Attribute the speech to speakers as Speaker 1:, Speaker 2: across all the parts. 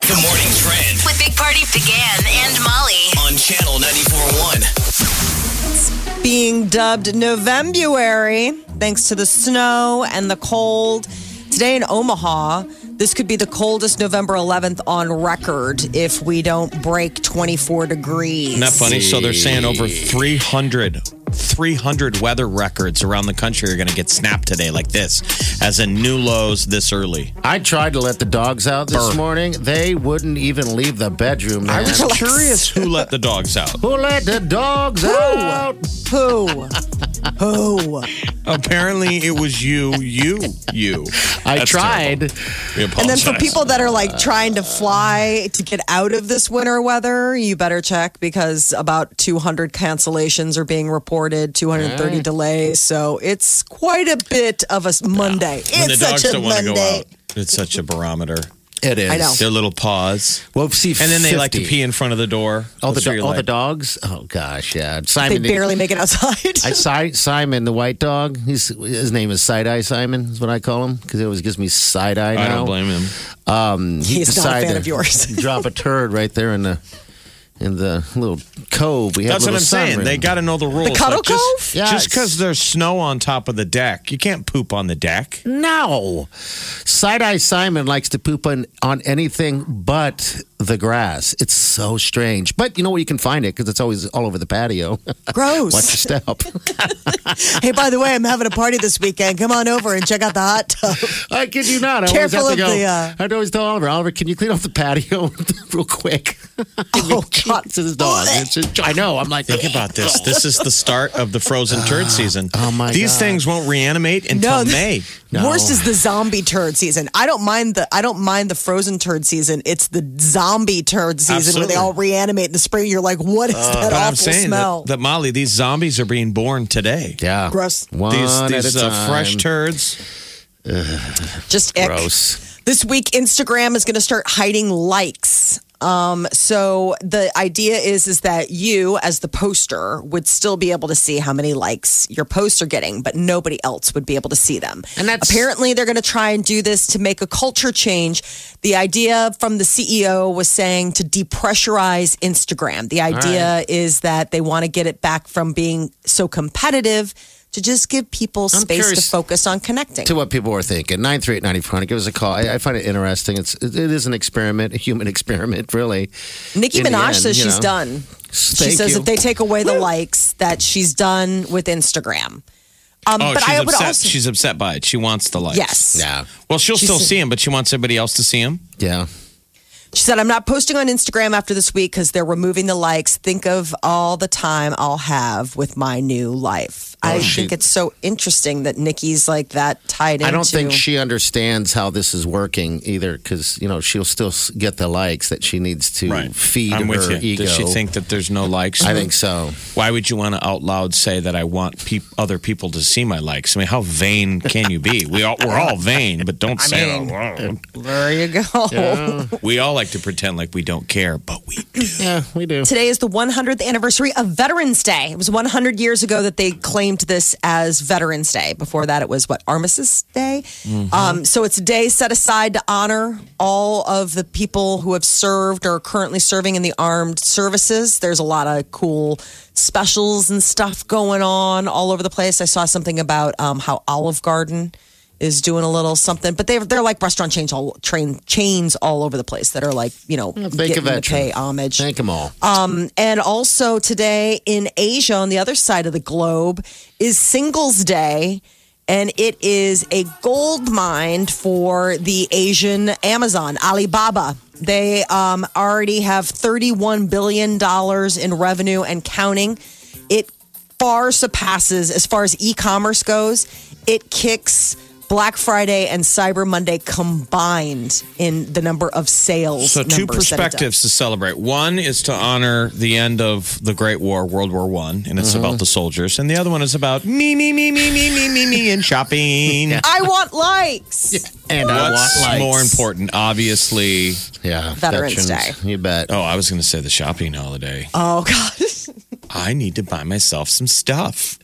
Speaker 1: The morning trend
Speaker 2: with Big Party began and Molly.
Speaker 1: on channel 94.1.
Speaker 3: being dubbed Novembuary thanks to the snow and the cold. Today in Omaha, this could be the coldest November 11th on record if we don't break 24 degrees.
Speaker 4: Isn't that funny? So they're saying over 300, 300 weather records around the country are going to get snapped today, like this, as in new lows this early.
Speaker 5: I tried to let the dogs out this morning. They wouldn't even leave the bedroom. Man.
Speaker 4: I was
Speaker 3: Relax.
Speaker 4: curious who let the dogs out.
Speaker 5: Who let the dogs out?
Speaker 3: Who? Who?
Speaker 4: Apparently, it was you, you, you.
Speaker 5: I
Speaker 4: That's
Speaker 5: tried.
Speaker 4: terrible. We
Speaker 3: And then
Speaker 4: apologize.
Speaker 3: for people that are like trying to fly to get out of this winter weather, you better check because about 200 cancellations are being reported, 230 delays. So it's quite a bit of a s- Monday.
Speaker 4: when
Speaker 3: it's
Speaker 4: the dogs
Speaker 3: such a
Speaker 4: don't want to
Speaker 3: Monday.
Speaker 4: go out. It's such a barometer.
Speaker 5: It is.
Speaker 3: I know.
Speaker 4: Their little paws.
Speaker 5: Well, see,
Speaker 4: And then they like to
Speaker 5: 50.
Speaker 4: pee in front of the door.
Speaker 5: All the
Speaker 4: That's what
Speaker 5: do-
Speaker 4: you're
Speaker 5: all the
Speaker 4: like.
Speaker 5: dogs. Oh gosh, yeah.
Speaker 3: They
Speaker 5: Simon.
Speaker 3: barely make it outside.
Speaker 5: I Si- Simon, the white dog. He's, his name is Side Eye Simon. Is what I call him because it always gives me side eye.
Speaker 4: I
Speaker 5: now.
Speaker 4: don't blame him.
Speaker 5: He
Speaker 3: He's not a
Speaker 5: decided
Speaker 3: fan
Speaker 5: to
Speaker 3: of yours.
Speaker 5: drop a turd right there in the in the little cove. We have
Speaker 4: That's what
Speaker 5: little
Speaker 4: I'm saying.
Speaker 5: sunroom.
Speaker 4: They got to know the rules.
Speaker 3: Cuddle
Speaker 4: Like, just-
Speaker 3: Cove?
Speaker 5: Yes.
Speaker 4: Just because there's snow on top of the deck, you can't poop on the deck.
Speaker 5: No. Side Eye Simon likes to poop on, on anything but the grass. It's so strange. But you know where you can find it because it's always all over the patio.
Speaker 3: Gross.
Speaker 5: Watch your step.
Speaker 3: hey, by the way, I'm having a party this weekend. Come on over and check out the hot tub.
Speaker 5: I kid you not. I
Speaker 3: Careful
Speaker 5: always have to
Speaker 3: of
Speaker 5: go.
Speaker 3: the, uh,
Speaker 5: I'd always tell Oliver, Oliver, can you clean off the patio real quick?
Speaker 3: Oh, God.
Speaker 5: It's his dog. It's just- I know. I'm like,
Speaker 4: Think about this. This is the start of the frozen turd season.
Speaker 5: oh my
Speaker 4: These
Speaker 5: God.
Speaker 4: things won't reanimate until
Speaker 3: th-
Speaker 4: May.
Speaker 5: No.
Speaker 3: Worst is the zombie turd season. I don't mind the I don't mind the frozen turd season. It's the zombie turd season where
Speaker 4: Absolutely. Uh,
Speaker 3: they all reanimate in the spring. You're like, what is that
Speaker 4: But
Speaker 3: awful
Speaker 4: I'm saying
Speaker 3: smell?
Speaker 4: that, that Molly, these zombies are being born today.
Speaker 5: yeah.
Speaker 3: Gross.
Speaker 5: One
Speaker 4: These, these
Speaker 5: at a
Speaker 4: uh,
Speaker 5: time.
Speaker 4: fresh turds.
Speaker 3: Just ick.
Speaker 5: Gross.
Speaker 3: This week, Instagram is going to start hiding likes. Um, so the idea is is that you, as the poster, would still be able to see how many likes your posts are getting, but nobody else would be able to see them.
Speaker 5: And that's-
Speaker 3: apparently they're going to try and do this to make a culture change. The idea from the CEO was saying to depressurize Instagram. The idea is that they want to get it back from being so competitive to just give people
Speaker 5: I'm
Speaker 3: space to
Speaker 5: curious
Speaker 3: focus on connecting.
Speaker 5: to what people were thinking. 938-9400. Give us a call. I, I find it interesting. It's it is an experiment, a human experiment, really.
Speaker 3: Nicki
Speaker 5: In the
Speaker 3: Minaj
Speaker 5: end,
Speaker 3: says
Speaker 5: you
Speaker 3: she's
Speaker 5: know.
Speaker 3: done. she
Speaker 5: Thank
Speaker 3: says
Speaker 5: you.
Speaker 3: if they take away the likes, that she's done with Instagram. Um,
Speaker 4: Oh,
Speaker 3: but
Speaker 4: she's
Speaker 3: I would
Speaker 4: upset.
Speaker 3: also
Speaker 4: she's upset by it. She wants the likes.
Speaker 3: yes,
Speaker 5: Yeah.
Speaker 4: Well, she'll
Speaker 3: She's
Speaker 4: still
Speaker 3: saying-
Speaker 4: see him, but she wants everybody else to see him.
Speaker 5: Yeah.
Speaker 3: she said I'm not posting on Instagram after this week because they're removing the likes. Think of all the time I'll have with my new life. I
Speaker 5: Oh, she-
Speaker 3: think it's so interesting that Nikki's like that tied into.
Speaker 5: I don't think she understands how this is working either cuz you know, she'll still s- get the likes that she needs to feed
Speaker 4: I'm
Speaker 5: her
Speaker 4: with you.
Speaker 5: ego.
Speaker 4: Does she think that there's no likes?
Speaker 5: I think so.
Speaker 4: Why would you want to out loud say that I want peop other people to see my likes? I mean, how vain can you be? We all, we're all vain, but don't say it out loud.
Speaker 3: There you go.
Speaker 4: We all like to pretend like we don't care, but we do.
Speaker 5: Yeah, we do.
Speaker 3: Today is the 100th anniversary of Veterans Day. It was 100 years ago that they claimed this as Veterans Day. Before that, it was what Armistice Day.
Speaker 5: Mm-hmm.
Speaker 3: Um, so it's a day set aside to honor all of the people who have served or are currently serving in the armed services. There's a lot of cool specials and stuff going on all over the place. I saw something about um, how Olive Garden. Is doing a little something, but they're they're like restaurant chains all train chains all over the place that are like you know
Speaker 5: Think
Speaker 3: getting
Speaker 5: of
Speaker 3: to
Speaker 5: that.
Speaker 3: pay homage.
Speaker 5: Thank them all.
Speaker 3: Uh, Um, And also today in Asia, on the other side of the globe, is Singles Day. And it is a gold mine for the Asian Amazon, Alibaba. They um, already have $31 billion in revenue and counting. It far surpasses, as far as e commerce goes, it kicks Black Friday and Cyber Monday combined in the number of sales.
Speaker 4: So
Speaker 3: numbers that
Speaker 4: two
Speaker 3: it does.
Speaker 4: perspectives to celebrate. One is to honor the end of the Great War, World War One, and it's
Speaker 3: Mm-hmm.
Speaker 4: about the soldiers. And the other one is about me, me, me, me, me, me, me, me, and shopping.
Speaker 3: I want likes.
Speaker 5: And I
Speaker 4: What's
Speaker 5: want likes.
Speaker 4: more important? Obviously.
Speaker 5: Yeah,
Speaker 3: Veterans Day.
Speaker 5: You bet.
Speaker 4: Oh, I was going to say the shopping holiday.
Speaker 3: Oh gosh.
Speaker 4: I need to buy myself some stuff.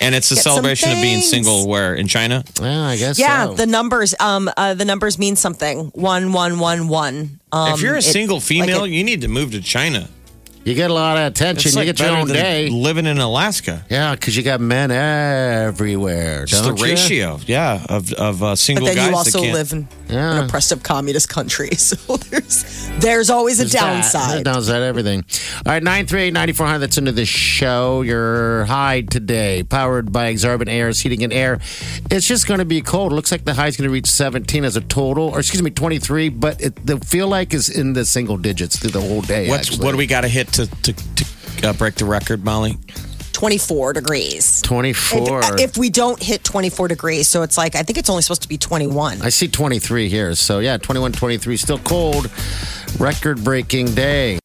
Speaker 4: And it's a
Speaker 3: Get some
Speaker 4: celebration of being
Speaker 3: things.
Speaker 4: single. Where in China?
Speaker 5: Well, I guess.
Speaker 3: Yeah,
Speaker 5: so.
Speaker 3: the numbers. Um, uh, the numbers mean something. One, one, one, one. Um,
Speaker 4: if you're a
Speaker 3: it-
Speaker 4: single female,
Speaker 3: like it-
Speaker 4: you need to move to China.
Speaker 5: you get a lot of attention.
Speaker 4: It's
Speaker 5: You
Speaker 4: like
Speaker 5: get your
Speaker 4: better
Speaker 5: own
Speaker 4: than
Speaker 5: day.
Speaker 4: living in Alaska.
Speaker 5: yeah, because you got men everywhere.
Speaker 4: It's the
Speaker 5: don't ya?
Speaker 4: ratio, yeah, of of uh,
Speaker 3: but
Speaker 4: single
Speaker 3: then
Speaker 4: guys
Speaker 3: you
Speaker 4: that
Speaker 3: also
Speaker 4: can't.
Speaker 3: live in
Speaker 5: Yeah.
Speaker 3: an oppressive communist country, so there's there's always a
Speaker 5: There's that.
Speaker 3: downside.
Speaker 5: There's downside, everything. All right, 938 9400. That's into the show. Your high today, powered by Exarban Airs, heating and air. It's just going to be cold. It looks like the high's going to reach 17 as a total, or excuse me, 23, but it, the feel like is in the single digits through the whole day.
Speaker 4: What's
Speaker 5: actually.
Speaker 4: what do we got to hit to to, to uh, break the record, Molly?
Speaker 3: 24 degrees.
Speaker 5: 24.
Speaker 3: If, if we don't hit 24 degrees, so it's like I think it's only supposed to be 21.
Speaker 5: I see 23 here. So, yeah, 21, 23. Still cold. Record breaking day.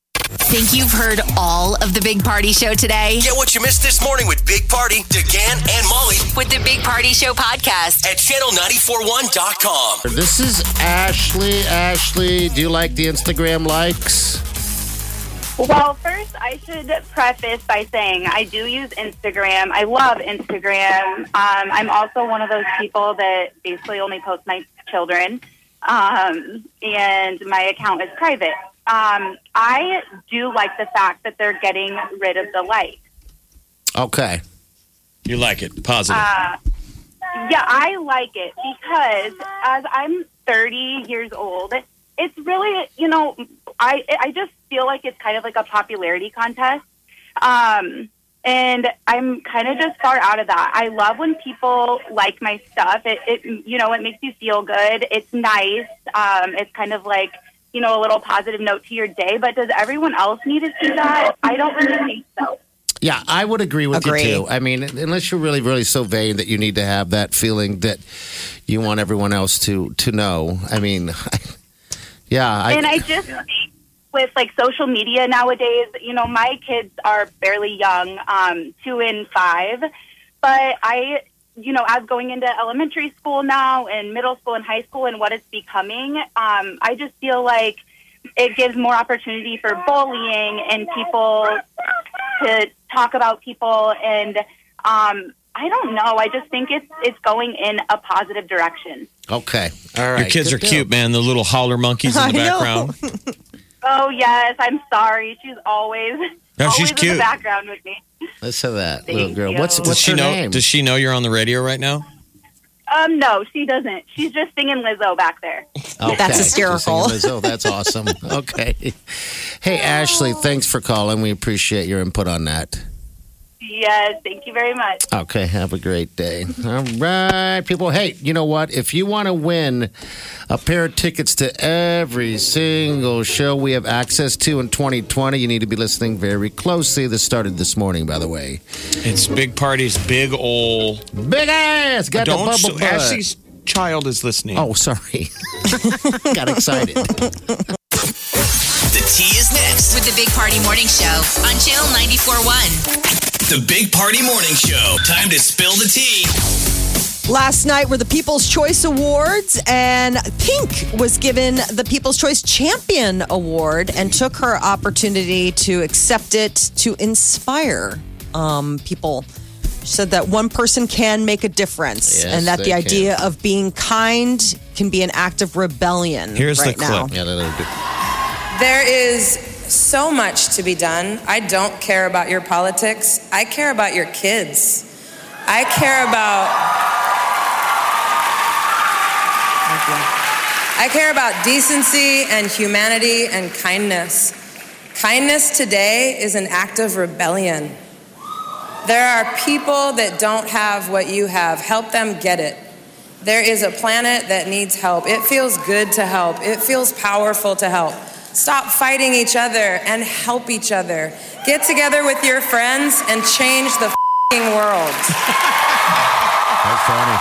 Speaker 2: Think you've heard all of the Big Party Show today?
Speaker 1: Get what you missed this morning with Big Party, DeGan, and Molly
Speaker 2: With the Big Party Show podcast.
Speaker 1: at channel941.com.
Speaker 5: This is Ashley. Ashley, do you like the Instagram likes?
Speaker 6: Well, first, I should preface by saying I do use Instagram. I love Instagram. Um, I'm also one of those people that basically only post my children, um, and my account is private. Um, I do like the fact that they're getting rid of the likes.
Speaker 5: Okay.
Speaker 4: You like it, positive.
Speaker 6: Yeah, I like it because as I'm 30 years old, it's really, you know, I I just feel like it's kind of like a popularity contest. Um and I'm kind of just far out of that. I love when people like my stuff. It, it you know, it makes you feel good. It's nice. Um it's kind of like, you know, a little positive note to your day, but does everyone else need to see that? I don't really think so.
Speaker 5: Yeah, I would agree with
Speaker 3: Agree.
Speaker 5: you too. I mean, unless you're really, really so vain that you need to have that feeling that you want everyone else to to know. I mean, yeah,
Speaker 6: and
Speaker 5: I,
Speaker 6: I just think with like social media nowadays, you know, my kids are fairly young, um, two and five, but I, you know, as going into elementary school now and middle school and high school and what it's becoming, um, I just feel like it gives more opportunity for bullying and people to talk about people and um, I don't know. I just think it's it's going in a positive direction.
Speaker 5: okay, all right.
Speaker 4: Your kids are
Speaker 5: Good deal.
Speaker 4: cute, man. The little howler monkeys in the
Speaker 3: I know.
Speaker 4: background.
Speaker 6: Oh yes, I'm sorry. She's always
Speaker 4: No,
Speaker 6: always
Speaker 4: she's
Speaker 6: in
Speaker 4: cute.
Speaker 6: the background with me.
Speaker 5: Listen to that
Speaker 6: Thank
Speaker 5: little girl.
Speaker 6: you.
Speaker 5: What's
Speaker 4: Does
Speaker 6: Does
Speaker 5: what's
Speaker 4: she
Speaker 5: her
Speaker 4: know?
Speaker 5: name?
Speaker 4: Does she know you're on the radio right now?
Speaker 6: Um, no, she doesn't. She's just singing Lizzo back there.
Speaker 5: Okay.
Speaker 3: That's hysterical.
Speaker 5: Oh, that's awesome. okay. Hey, Ashley, thanks for calling. We appreciate your input on that.
Speaker 6: Yes, thank you very much.
Speaker 5: Okay, have a great day. All right, people. Hey, you know what? If you want to win a pair of tickets to every single show we have access to in 2020, you need to be listening very closely. This started this morning, by the way.
Speaker 4: It's big parties, big ol'.
Speaker 5: Big ass got the
Speaker 4: Don't.
Speaker 5: bubble
Speaker 4: So,
Speaker 5: butt.
Speaker 4: Ashley's child is listening.
Speaker 5: Oh, sorry. got excited.
Speaker 1: The tea is next.
Speaker 2: With the Big Party Morning Show on Channel 94.1.
Speaker 1: The Big Party Morning Show. Time to spill the tea.
Speaker 3: Last night were the People's Choice Awards, and Pink was given the People's Choice Champion Award and took her opportunity to accept it to inspire um, people. She said that one person can make a difference,
Speaker 5: Yes,
Speaker 3: and that
Speaker 5: they
Speaker 3: the idea of being kind can be an act of rebellion.
Speaker 4: Here's the
Speaker 3: right now.
Speaker 4: clip.
Speaker 5: Yeah, that'll do.
Speaker 7: There is so much to be done. I don't care about your politics. I care about your kids. I care about. I care about decency and humanity and kindness. Kindness today is an act of rebellion. There are people that don't have what you have. Help them get it. There is a planet that needs help. It feels good to help, it feels powerful to help. Stop fighting each other and help each other. Get together with your friends and change the fing world.
Speaker 5: That's funny.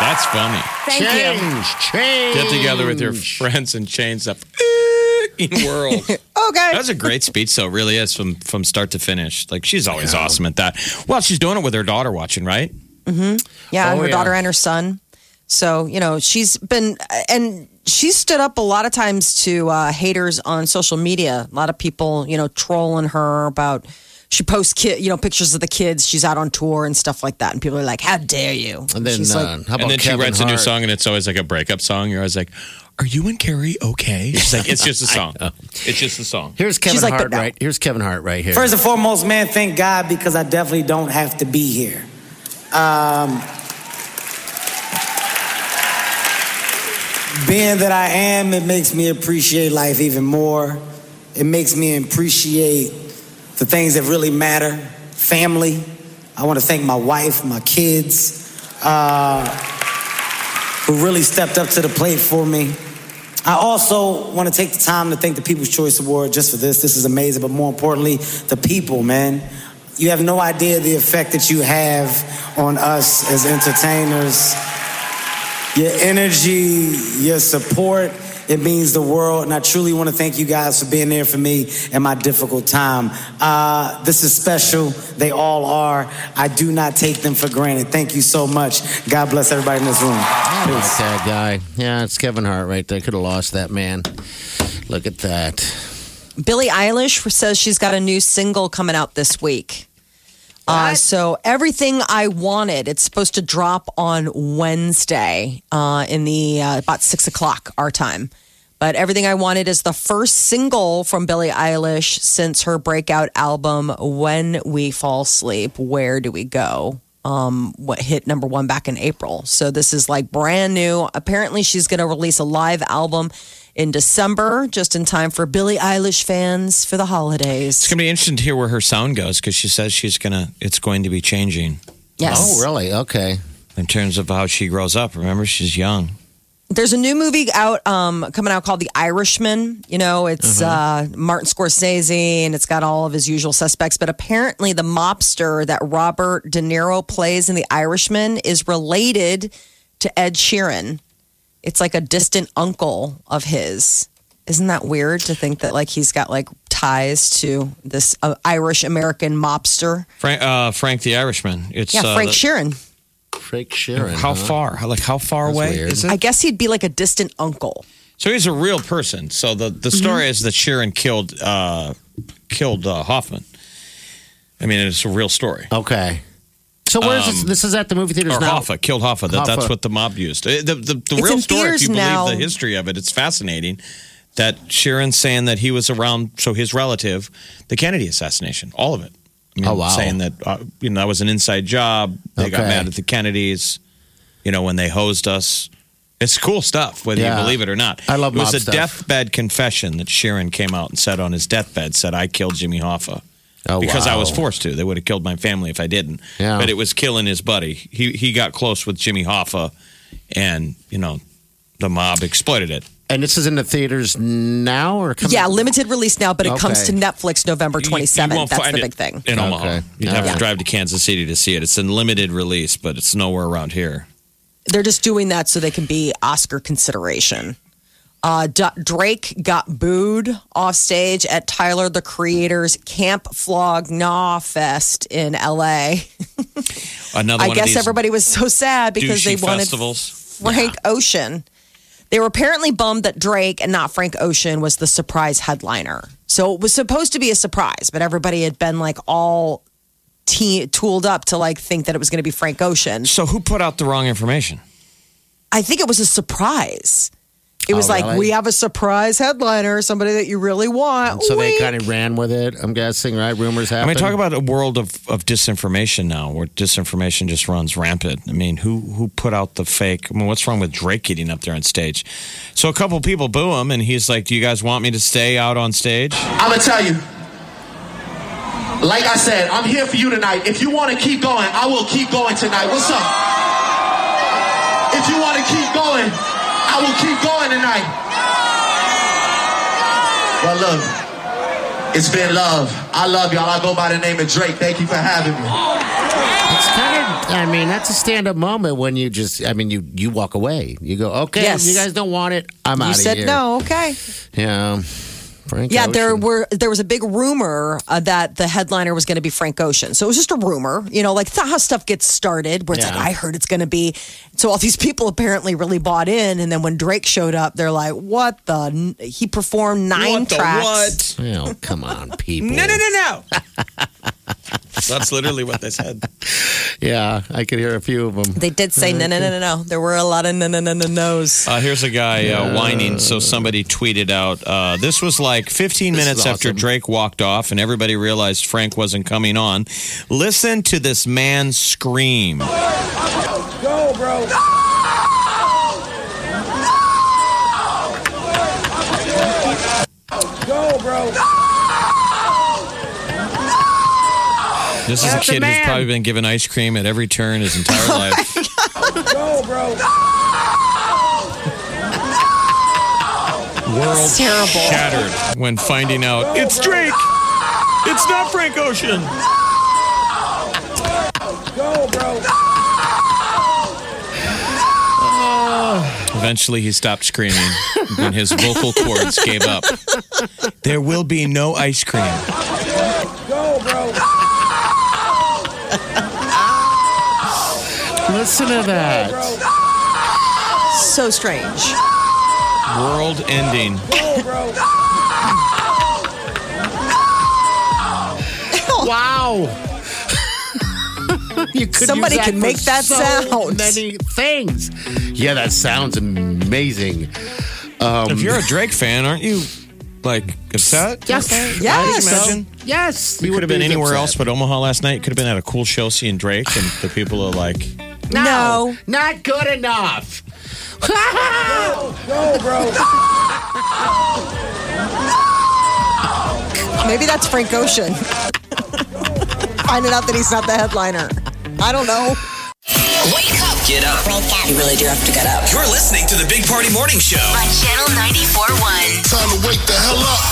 Speaker 4: That's funny.
Speaker 7: Thank you.
Speaker 5: change, change.
Speaker 4: Get together with your friends and change the f***ing world.
Speaker 3: Okay.
Speaker 4: That was a great speech, though. Really is from from start to finish. Like she's always awesome at that. Well, she's doing it with her daughter watching, right?
Speaker 3: Yeah,
Speaker 5: Oh,
Speaker 3: her
Speaker 5: yeah.
Speaker 3: daughter and her son. So, you know, she's been, and she stood up a lot of times to uh, haters on social media. A lot of people, you know, trolling her about, she posts, kid, you know, pictures of the kids. She's out on tour and stuff like that. And people are like, how dare you?
Speaker 5: And then,
Speaker 3: she's
Speaker 5: uh,
Speaker 3: like,
Speaker 5: how about
Speaker 4: and then
Speaker 5: Kevin
Speaker 4: she writes a new
Speaker 5: Hart?
Speaker 4: song, and it's always like a breakup song. You're always like, "Are you and Carrie okay?" She's like, "It's just a song. it's just a song."
Speaker 5: Here's Kevin
Speaker 3: She's like,
Speaker 5: Hart
Speaker 3: but no.
Speaker 5: right. Here's Kevin Hart right here.
Speaker 8: First and foremost, man, thank God because I definitely don't have to be here. Um, being that I am, it makes me appreciate life even more. It makes me appreciate the things that really matter family. I want to thank my wife, my kids, uh, who really stepped up to the plate for me. I also want to take the time to thank the People's Choice Award just for this. This is amazing, but more importantly, the people, man. You have no idea the effect that you have on us as entertainers. Your energy, your support, it means the world. And I truly want to thank you guys for being there for me in my difficult time. Uh, this is special. They all are. I do not take them for granted. Thank you so much. God bless everybody in this room.
Speaker 5: I like
Speaker 8: Peace.
Speaker 5: that guy. Yeah, it's Kevin Hart right there. Could have lost that man. Look at that.
Speaker 3: Billie Eilish says she's got a new single coming out this week. Uh, so everything I wanted, it's supposed to drop on Wednesday uh, in the uh, about six o'clock our time. But everything I wanted is the first single from Billie Eilish since her breakout album "When We Fall Asleep." Where do we go? Um, what hit number one back in April? So this is like brand new. Apparently, she's going to release a live album in December, just in time for Billie Eilish fans for the holidays.
Speaker 4: It's gonna be interesting to hear where her sound goes because she says she's gonna. It's going to be changing
Speaker 3: yes.
Speaker 5: Oh, really? Okay.
Speaker 4: in terms of how she grows up. Remember, she's young.
Speaker 3: there's a new movie out um, coming out called The Irishman. You know, it's uh, Martin Scorsese and it's got all of his usual suspects. But apparently, the mobster that Robert De Niro plays in The Irishman is related to Ed Sheeran. It's like a distant uncle of his. Isn't that weird to think that like he's got like ties to this uh, Irish American mobster?
Speaker 4: Frank, uh, Frank the Irishman. It's
Speaker 3: Yeah,
Speaker 4: uh,
Speaker 3: Frank
Speaker 4: the-
Speaker 3: Sheeran.
Speaker 5: Frank Sheeran.
Speaker 4: How
Speaker 5: huh?
Speaker 4: far? How- Like how far away
Speaker 5: weird.
Speaker 4: is it?
Speaker 3: I guess he'd be like a distant uncle.
Speaker 4: So he's a real person. So the the story is that Sharon killed uh, killed uh, Hoffman. I mean, it's a real story.
Speaker 5: Okay. So where's this? This is at the movie theaters
Speaker 4: Um, Or
Speaker 5: now.
Speaker 4: Hoffa killed Hoffa. That,
Speaker 5: Hoffa.
Speaker 4: That's what the mob used. Uh, The, the, the
Speaker 3: It's
Speaker 4: real
Speaker 3: in
Speaker 4: story, if
Speaker 3: theaters
Speaker 4: you believe
Speaker 3: now.
Speaker 4: the history of it, it's fascinating. That Sharon's saying that he was around, so his relative, the Kennedy assassination, all of it. I mean,
Speaker 5: Oh, wow.
Speaker 4: Saying that uh, you know that was an inside job. They got
Speaker 5: Okay.
Speaker 4: mad at the Kennedys. You know when they hosed us. It's cool stuff, whether
Speaker 5: Yeah.
Speaker 4: you believe it or not.
Speaker 5: I love
Speaker 4: it was
Speaker 5: mob
Speaker 4: a
Speaker 5: stuff.
Speaker 4: deathbed confession that Sharon came out and said on his deathbed, said I killed Jimmy Hoffa
Speaker 5: Oh,
Speaker 4: because I
Speaker 5: wow.
Speaker 4: was forced to. They would have killed my family if I didn't.
Speaker 5: Yeah.
Speaker 4: But it was killing his buddy. He he got close with Jimmy Hoffa, and you know, the mob exploited it.
Speaker 5: And this is in the theaters now, or coming?
Speaker 3: Yeah, limited release now, but it comes to
Speaker 5: Okay.
Speaker 3: Netflix November
Speaker 4: You- you
Speaker 3: 27th.
Speaker 4: won't
Speaker 3: That's
Speaker 4: find
Speaker 3: the
Speaker 4: it
Speaker 3: big thing.
Speaker 4: in
Speaker 5: Okay.
Speaker 4: Omaha. You'd have
Speaker 5: Yeah.
Speaker 4: to drive to Kansas City to see it. It's in limited release, but it's nowhere around here.
Speaker 3: They're just doing that so they can be Oscar consideration. Uh, D- Drake got booed off stage at Tyler the Creator's Camp Flog Gnaw Fest in LA.
Speaker 4: Another
Speaker 3: I
Speaker 4: one
Speaker 3: guess
Speaker 4: of these
Speaker 3: everybody was so sad because they
Speaker 4: douchey
Speaker 3: wanted
Speaker 4: festivals.
Speaker 3: Frank Ocean. They were apparently bummed that Drake and not Frank Ocean was the surprise headliner. So it was supposed to be a surprise, but everybody had been like all te- tooled up to like think that it was going to be Frank Ocean.
Speaker 4: So who put out the wrong information?
Speaker 3: I think it was a surprise. It was
Speaker 5: Oh,
Speaker 3: like
Speaker 5: really?
Speaker 3: we have a surprise headliner, somebody that you really want.
Speaker 5: So they
Speaker 3: Wink.
Speaker 5: kind of ran with it. I'm guessing, right? Rumors
Speaker 4: I
Speaker 5: happen.
Speaker 4: mean, talk about a world of, of disinformation now, where disinformation just runs rampant. I mean, who who put out the fake? I mean, what's wrong with Drake getting up there on stage? So a couple people boo him, and he's like, "Do you guys want me to stay out on stage?"
Speaker 9: I'm gonna tell you. Like I said, I'm here for you tonight. If you want to keep going, I will keep going tonight. What's up? If you want to keep going, I will keep going tonight. Well, look, it's been love. I love y'all. I go by the name of Drake. Thank you for having me.
Speaker 5: It's kind of I mean, that's a stand-up moment when you just, I mean, you you walk away. You go, okay,
Speaker 3: Yes.
Speaker 5: you guys don't want it. I'm out
Speaker 3: You
Speaker 5: of
Speaker 3: said
Speaker 5: here.
Speaker 3: no. Okay.
Speaker 5: Yeah. Frank
Speaker 3: Yeah, there
Speaker 5: Ocean.
Speaker 3: were there was a big rumor uh, that the headliner was going to be Frank Ocean. So it was just a rumor, you know, like that's how stuff gets started. Where it's
Speaker 5: Yeah.
Speaker 3: like I heard it's going to be. So all these people apparently really bought in, and then when Drake showed up, they're like, "What the?" n-" He performed nine
Speaker 4: what the
Speaker 3: tracks.
Speaker 4: what?
Speaker 5: Oh, come on, people.
Speaker 4: No, no, no, no. That's literally what they said.
Speaker 5: Yeah, I could hear a few of them.
Speaker 3: They did say no, no, no, no, no. There were a lot of no, no, no, no, no's.
Speaker 4: Uh, here's a guy uh, whining. So somebody tweeted out, uh, this was like 15
Speaker 5: This
Speaker 4: minutes
Speaker 5: is
Speaker 4: after
Speaker 5: awesome.
Speaker 4: Drake walked off and everybody realized Frank wasn't coming on. Listen to this man scream. This is a kid who's probably been given ice cream at every turn his entire life. World shattered when finding out it's Drake. It's not Frank Ocean. Eventually, he stopped screaming when his vocal cords gave up. There will be no ice cream.
Speaker 5: Listen to that.
Speaker 3: So strange.
Speaker 4: World ending.
Speaker 3: Oh.
Speaker 5: Wow. you could
Speaker 3: Somebody
Speaker 5: use that
Speaker 3: can
Speaker 5: for
Speaker 3: make that
Speaker 5: so
Speaker 3: sound.
Speaker 5: Many things. Yeah, that sounds amazing.
Speaker 4: if you're a Drake fan, aren't you like upset?
Speaker 5: Yes.
Speaker 3: Yes.
Speaker 4: Imagine.
Speaker 5: Yes. We
Speaker 4: Could have been anywhere else but Omaha last night. Could have been at a cool show seeing Drake, and the people are like,
Speaker 5: No,
Speaker 3: No.
Speaker 5: not good enough.
Speaker 3: Maybe that's Frank Ocean. Finding out that he's not the headliner. I don't know.
Speaker 2: Wake up
Speaker 1: Get up.
Speaker 7: You really do have to get up.
Speaker 1: You're listening to the Big Party Morning Show.
Speaker 2: on Channel 94.1.
Speaker 10: Time to wake the hell up.